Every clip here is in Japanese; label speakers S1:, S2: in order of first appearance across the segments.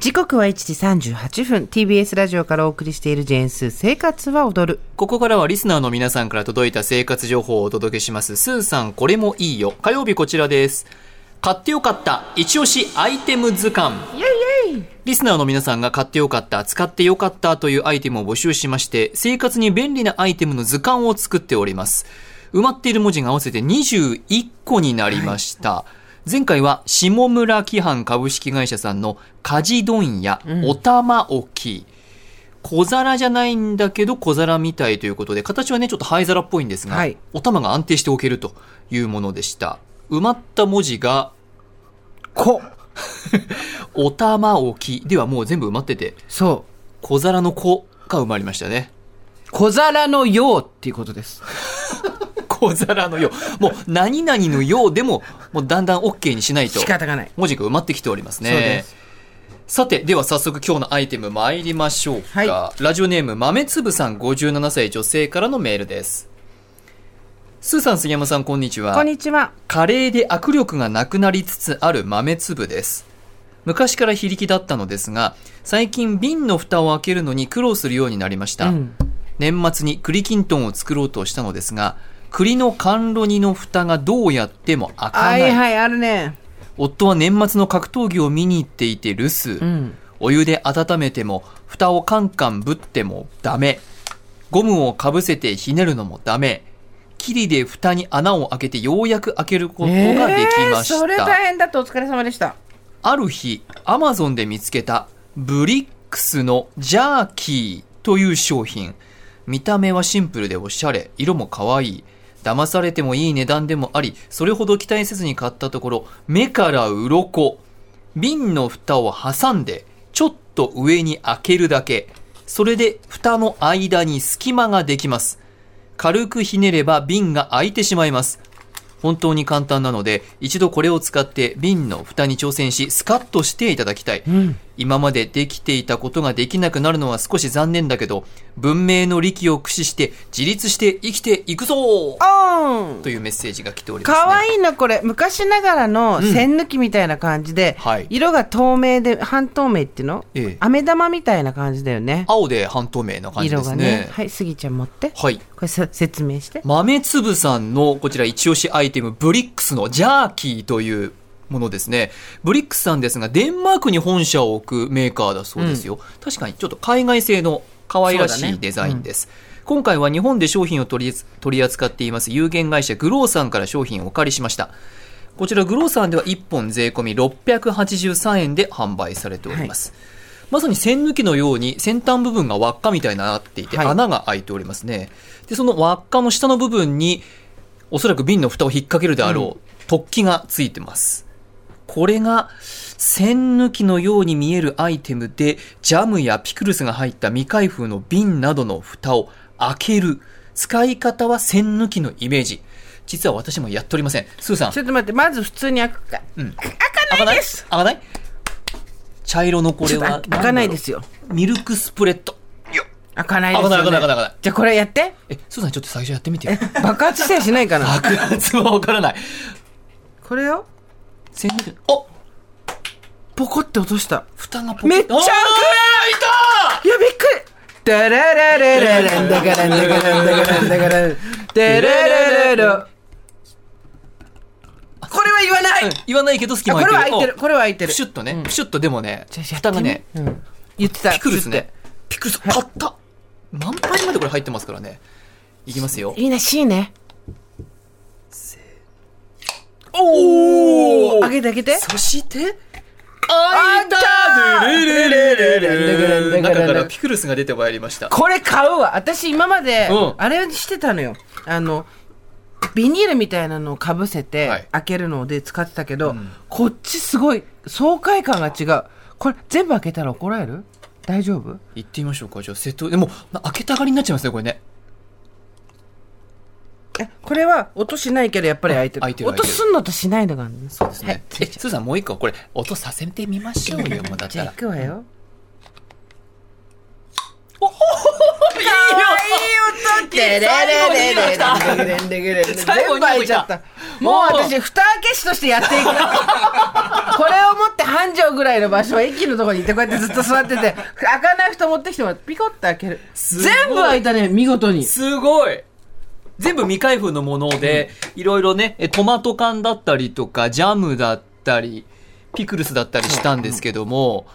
S1: 時刻は1時38分 TBS ラジオからお送りしている「ジェーンスー生活は踊る
S2: ここからはリスナーの皆さんから届いた生活情報をお届けします。スーさん、これもいいよ。火曜日こちらです。買ってよかった、一押しアイテム図鑑。リスナーの皆さんが買ってよかった、使ってよかったというアイテムを募集しまして、生活に便利なアイテムの図鑑を作っております。埋まっている文字が合わせて21個になりました。前回は下村基阪株式会社さんの家事問屋、おたま置き。小皿じゃないんだけど小皿みたいということで形はねちょっと灰皿っぽいんですが、
S1: はい
S2: お玉が安定しておけるというものでした埋まった文字が「こ」「お玉置き」ではもう全部埋まってて」
S1: そ
S2: 小皿の「こ」が埋まりましたね
S1: う 小皿のようっていうことです
S2: 小皿のようもう何々のようでももうだんだん OK にしない と
S1: 仕方がない
S2: 文字が埋まってきておりますね
S1: そうです
S2: さてでは早速今日のアイテム参りましょうか、
S1: は
S2: ラジオネーム豆粒さん57歳女性からのメールですスーさん杉山さんこんにちは
S1: こんにちは
S2: カレーで握力がなくなりつつある豆粒です昔から非力だったのですが最近瓶の蓋を開けるのに苦労するようになりました、
S1: うん
S2: 年末に栗きんとんを作ろうとしたのですが栗の甘露煮の蓋がどうやっても開かな、
S1: はいいはいあるね
S2: 夫は年末の格闘技を見に行っていて留守、
S1: うん
S2: お湯で温めても蓋をカンカンぶってもダメゴムをかぶせてひねるのもダメキリで蓋に穴を開けてようやく開けることができました、
S1: えーそれ大変だったお疲れ様でした
S2: ある日アマゾンで見つけたブリックスのジャーキーという商品見た目はシンプルでおしゃれ色も可愛い騙されてもいい値段でもありそれほど期待せずに買ったところ目から鱗瓶の蓋を挟んでちょっと上に開けるだけそれで蓋の間に隙間ができます軽くひねれば瓶が開いてしまいます本当に簡単なので一度これを使って瓶の蓋に挑戦しスカッとしていただきたい、今までできていたことができなくなるのは少し残念だけど文明の利器を駆使して自立して生きていくぞ
S1: おーん
S2: というメッセージが来ております、ね、
S1: かわいいなこれ昔ながらの栓抜きみたいな感じで、
S2: はい
S1: 色が透明で半透明っていうの、
S2: ええ
S1: 飴玉みたいな感じだよね
S2: 青で半透明な感じで
S1: 色
S2: す
S1: が
S2: ね
S1: ねはいスギちゃん持って
S2: はい
S1: これさ説明して
S2: 豆粒さんのこちら一押しアイテムブリックスのジャーキーというものですねブリックスさんですがデンマークに本社を置くメーカーだそうですよ、確かにちょっと海外製の可愛らし
S1: そうだね
S2: いデザインです、今回は日本で商品を取り取り扱っています有限会社グローさんから商品をお借りしましたこちらグローさんでは1本税込み683円で販売されております、まさに栓抜きのように先端部分が輪っかみたいになっていて、
S1: はい
S2: 穴が開いておりますねでその輪っかの下の部分におそらく瓶の蓋を引っ掛けるであろう、突起がついてますこれが栓抜きのように見えるアイテムでジャムやピクルスが入った未開封の瓶などの蓋を開ける使い方は栓抜きのイメージ実は私もやっておりませんスーさん
S1: ちょっと待ってまず普通に開くか
S2: うん
S1: 開
S2: 開
S1: か
S2: か
S1: な
S2: ないい
S1: です
S2: 開かない茶色のこ
S1: ち
S2: れ
S1: ょっと
S2: は
S1: 開開かないですすよ
S2: ミルクスプレッド
S1: 開かないですよ、ね、
S2: 開かない開かない開かない
S1: じゃあこれやって
S2: えスーさんちょっと最初やってみてよ
S1: 爆発したりしないかな
S2: 爆発は分からない
S1: これを
S2: 栓抜きお
S1: ポコって落とした
S2: 蓋がポ
S1: めっちゃ開く
S2: おーいた
S1: いやびっくりダララララランダガランダガランダガランダガランダララララこれは言わない、
S2: うん言わないけど隙
S1: あ
S2: 間
S1: これは開いてる
S2: お
S1: これは開いてる
S2: プシュッとね、プシュッとでもね
S1: じゃあ
S2: 蓋がね、
S1: やってみうん言ってた
S2: ピクルス
S1: プシュッ
S2: ねピクルス買った満杯までこれ入ってますからねいきますよ
S1: ていいね C ね
S2: お
S1: 開けて開けて
S2: そして
S1: あ
S2: あ
S1: い
S2: い
S1: た
S2: たルルルルルルル
S1: 中
S2: 中
S1: か
S2: かららピクルスが出てまいりました
S1: これ買うわ私今まで
S2: うん
S1: あれしてたのよあのビニールみたいなのをかぶせ
S2: は
S1: て
S2: い
S1: 開けるので使ってたけど、こっちすごい爽快感が違うこれ全部開けたら怒られる大丈夫
S2: 行ってみましょうかじゃあ瀬戸でもな開けたがりになっちゃいますねこれね
S1: えこれは音しないけどやっぱり開いてる
S2: 開いてる開いて
S1: 音
S2: る
S1: すんのとしないのがあるんです
S2: そうですねえスーさんもう一個これ音させてみましょうよもうだっ
S1: じ
S2: た
S1: ゃあ
S2: ら
S1: 行くわよ
S2: いいよ
S1: いい音
S2: れれれれ
S1: れ
S2: れ
S1: れ
S2: 最後
S1: 全部
S2: に入
S1: 開
S2: っ
S1: い
S2: ち
S1: ち
S2: ゃ
S1: ゃ
S2: っ
S1: ったたもう私蓋開け師としてや っていくこれを持って半畳ぐらいの場所駅のとこにいてこうやってずっと座ってて開かない蓋持ってきてもらってピコッて開ける
S2: すごい
S1: 全部開いたね見事に
S2: すごい全部未開封のもので、いろいろね、えトマト缶だったりとか、ジャムだったり、ピクルスだったりしたんですけども、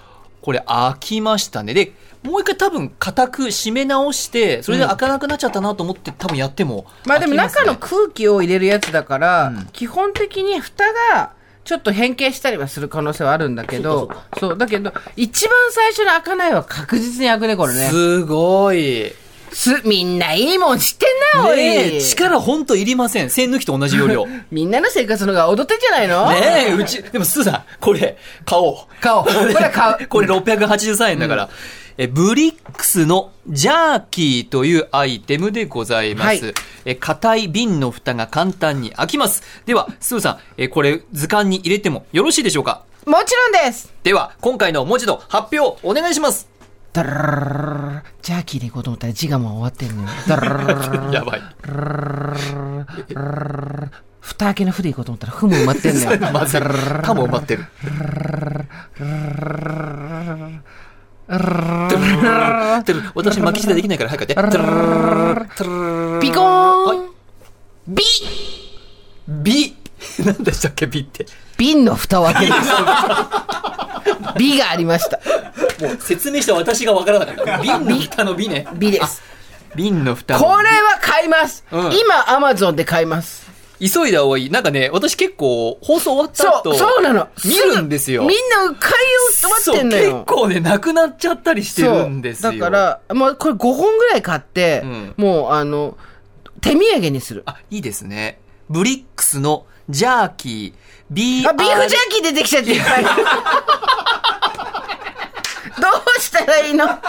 S2: これ開きましたね。で、もう一回多分固く締め直して、それで開かなくなっちゃったなと思って多分やっても、
S1: まあでも
S2: 開きす
S1: 中
S2: ね
S1: の空気を入れるやつだから、
S2: うん
S1: 基本的に蓋がちょっと変形したりはする可能性はあるんだけど、そうだけど、一番最初に開かないは確実に開くね、これね。
S2: すごい。
S1: す、みんないいもん知ってんな、おい。
S2: ねえ、力ほんといりません。栓抜きと同じ要領。 ね
S1: みんなの生活の方が踊ってんじゃないの
S2: え、うち、でもスーさん、これ、買おう。。
S1: 顔。 これ顔
S2: これ683円だから、えブリックスのジャーキーというアイテムでございます、
S1: はい
S2: え硬い瓶の蓋が簡単に開きますではスーさんえこれ図鑑に入れてもよろしいでしょうか
S1: もちろんです。
S2: では今回の文字の発表お願いし ます
S1: ダラララララジャーキーでいこうと思ったら字がもう終わってん のよ。ダラララララ
S2: やばい
S1: 蓋開けのふでいこうと思ったらふも埋まってんのよ。
S2: まずタも埋まっ てる私巻き舌できないから早くやって
S1: ピコーンビ
S2: ビ 何でしたっけビって
S1: 瓶の蓋を開ける。 ビがありました。
S2: もう説明した私がわからなかった。瓶の蓋の瓶ね。
S1: ビです。
S2: 瓶の蓋
S1: こ
S2: の
S1: れ
S2: 瓶。
S1: は買います。
S2: うん
S1: 今、アマゾンで買います。
S2: 急いだ方がいい。なんかね、私結構放送終わった
S1: そ
S2: 後。
S1: う、そうなの。
S2: 見るんですよ。
S1: みんな買いを待ってんのよ。
S2: そう結構ね、なくなっちゃったりしてるんですよ。
S1: そうだから、まあ、これ5本ぐらい買って、
S2: うん
S1: もうあの手土産にするあ
S2: あ、いいですね。ブリックスのジャーキー、ビ
S1: ビーフジャーキー出てきちゃっていっぱい どうしたらいいのあ
S2: ー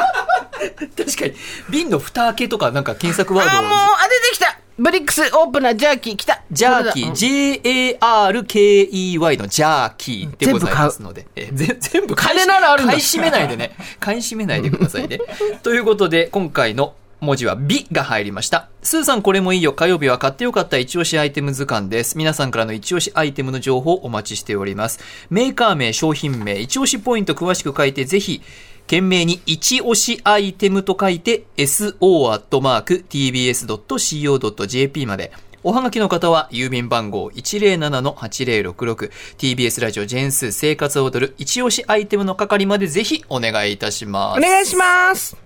S2: 確かに、瓶の蓋開けとかなんか検索ワー
S1: あ
S2: ド
S1: もう
S2: を
S1: あ出てきたブリックスオープナージャーキー来た
S2: ジャー
S1: こ
S2: キ
S1: れだ
S2: ー、J-A-R-K-E-Y のジャーキーでございますので、えぜ全部買い
S1: 金ならあるんだ
S2: 買い占めないでね。買い占めないでくださ いね。ということで、今回の文字は美が入りました。スーさんこれもいいよ。火曜日は買ってよかった一押しアイテム図鑑です。皆さんからの一押しアイテムの情報をお待ちしております。メーカー名、商品名、一押しポイント詳しく書いて、ぜひ、懸命に一押しアイテムと書いて so.tbs.co.jp まで。おはがきの方は郵便番号 107-8066TBS ラジオジェンス生活を踊る一押しアイテムの係までぜひお願いいたします。
S1: お願いします